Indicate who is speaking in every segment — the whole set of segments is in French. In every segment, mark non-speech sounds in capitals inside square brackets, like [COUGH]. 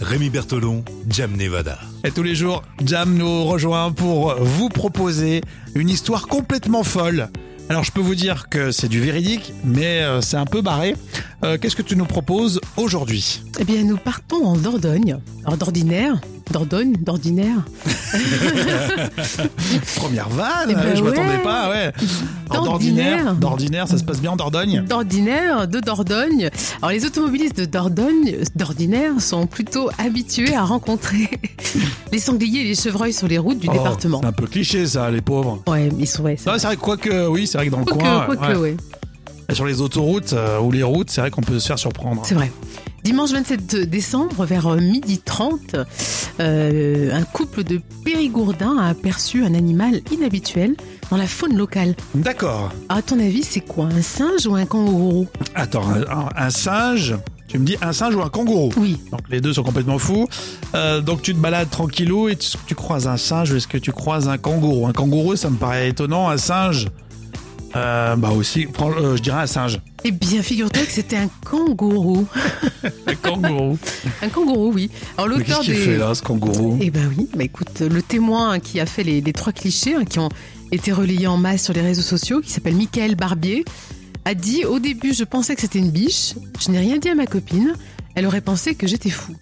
Speaker 1: Rémi Bertolon, Jam Nevada.
Speaker 2: Et tous les jours, Jam nous rejoint pour vous proposer une histoire complètement folle. Alors je peux vous dire que c'est du véridique, mais euh, c'est un peu barré. Euh, Qu'est-ce que tu nous proposes aujourd'hui
Speaker 3: Eh bien, nous partons en Dordogne. Alors, d'ordinaire, Dordogne, d'ordinaire.
Speaker 2: Première vanne,
Speaker 3: Eh ben
Speaker 2: je m'attendais
Speaker 3: ouais.
Speaker 2: pas, ouais. Alors,
Speaker 3: D'ordinaire.
Speaker 2: d'ordinaire, ça se passe bien en Dordogne.
Speaker 3: D'ordinaire, de Dordogne. Alors, les automobilistes de Dordogne, d'ordinaire, sont plutôt habitués à rencontrer [LAUGHS] les sangliers et les chevreuils sur les routes du
Speaker 2: Oh,
Speaker 3: département.
Speaker 2: C'est un peu cliché ça, les pauvres.
Speaker 3: Ouais, ils sont, ouais, c'est-
Speaker 2: Non, c'est vrai que quoique, oui, c'est vrai que dans le
Speaker 3: Quoique,
Speaker 2: coin,
Speaker 3: quoique,
Speaker 2: ouais.
Speaker 3: ouais,
Speaker 2: Et sur les autoroutes euh, ou les routes, c'est vrai qu'on peut se faire surprendre.
Speaker 3: c'est vrai. Dimanche 27 décembre, vers euh, midi 30, euh, un couple de périgourdins a aperçu un animal inhabituel dans la faune locale.
Speaker 2: D'accord.
Speaker 3: Alors, à ton avis, c'est quoi Un singe ou un kangourou
Speaker 2: Attends, un, un- un singe Tu me dis un singe ou un kangourou
Speaker 3: Oui,
Speaker 2: Donc les deux sont complètement fous. Euh, donc tu te balades tranquillou et tu, tu croises un singe ou est-ce que tu croises un kangourou Un kangourou, ça me paraît étonnant. Un singe euh, Bah aussi, fran- euh, je dirais un singe.
Speaker 3: Eh bien, figure-toi que c'était un kangourou.
Speaker 2: [LAUGHS] Un kangourou.
Speaker 3: Un kangourou, oui. Alors
Speaker 2: Mais
Speaker 3: l'auteur
Speaker 2: qu'est-ce qu'il
Speaker 3: des...
Speaker 2: fait là, ce kangourou
Speaker 3: Eh ben oui, bah écoute, le témoin qui a fait les, les trois clichés hein, qui ont été relayés en masse sur les réseaux sociaux, qui s'appelle Michael Barbier, a dit au début je pensais que c'était une biche, je n'ai rien dit à ma copine, elle aurait pensé que j'étais fou.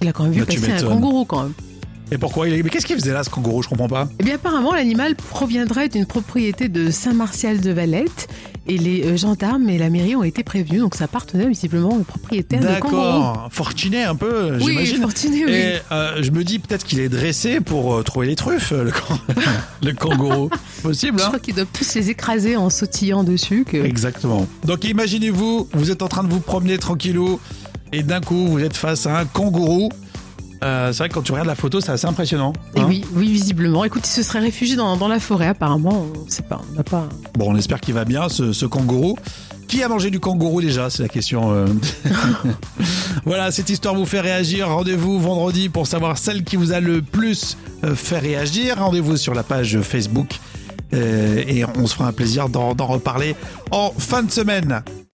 Speaker 3: Il a quand même vu
Speaker 2: Bah, tu
Speaker 3: passer un
Speaker 2: m'étonnes.
Speaker 3: kangourou quand même.
Speaker 2: Et pourquoi il est... Mais qu'est-ce qu'il faisait là, ce kangourou Je comprends pas.
Speaker 3: Eh bien apparemment l'animal proviendrait d'une propriété de Saint-Martial de Valette et les euh, gendarmes et la mairie ont été prévenus donc ça appartenait visiblement au propriétaire de kangourou.
Speaker 2: D'accord. Fortuné un peu,
Speaker 3: Oui,
Speaker 2: j'imagine.
Speaker 3: fortuné, oui.
Speaker 2: Et euh, je me dis peut-être qu'il est dressé pour euh, trouver les truffes, euh, le, kan- [LAUGHS] le kangourou. Possible,
Speaker 3: Je
Speaker 2: hein
Speaker 3: crois qu'ils doivent tous les écraser en sautillant dessus. Que...
Speaker 2: Exactement. Donc imaginez-vous, vous êtes en train de vous promener tranquillou et d'un coup vous êtes face à un kangourou. Euh, c'est vrai que quand tu regardes la photo, c'est assez impressionnant.
Speaker 3: Et
Speaker 2: hein.
Speaker 3: Eh oui, oui, visiblement. Écoute, ils se seraient réfugiés dans, dans la forêt, apparemment. On sait pas, on n'a pas.
Speaker 2: Bon, on espère qu'il va bien, ce, ce kangourou. Qui a mangé du kangourou déjà C'est la question. euh. voilà, cette histoire vous fait réagir. Rendez-vous vendredi pour savoir celle qui vous a le plus euh, fait réagir. Rendez-vous sur la page Facebook euh, et on se fera un plaisir d'en d'en reparler en fin de semaine.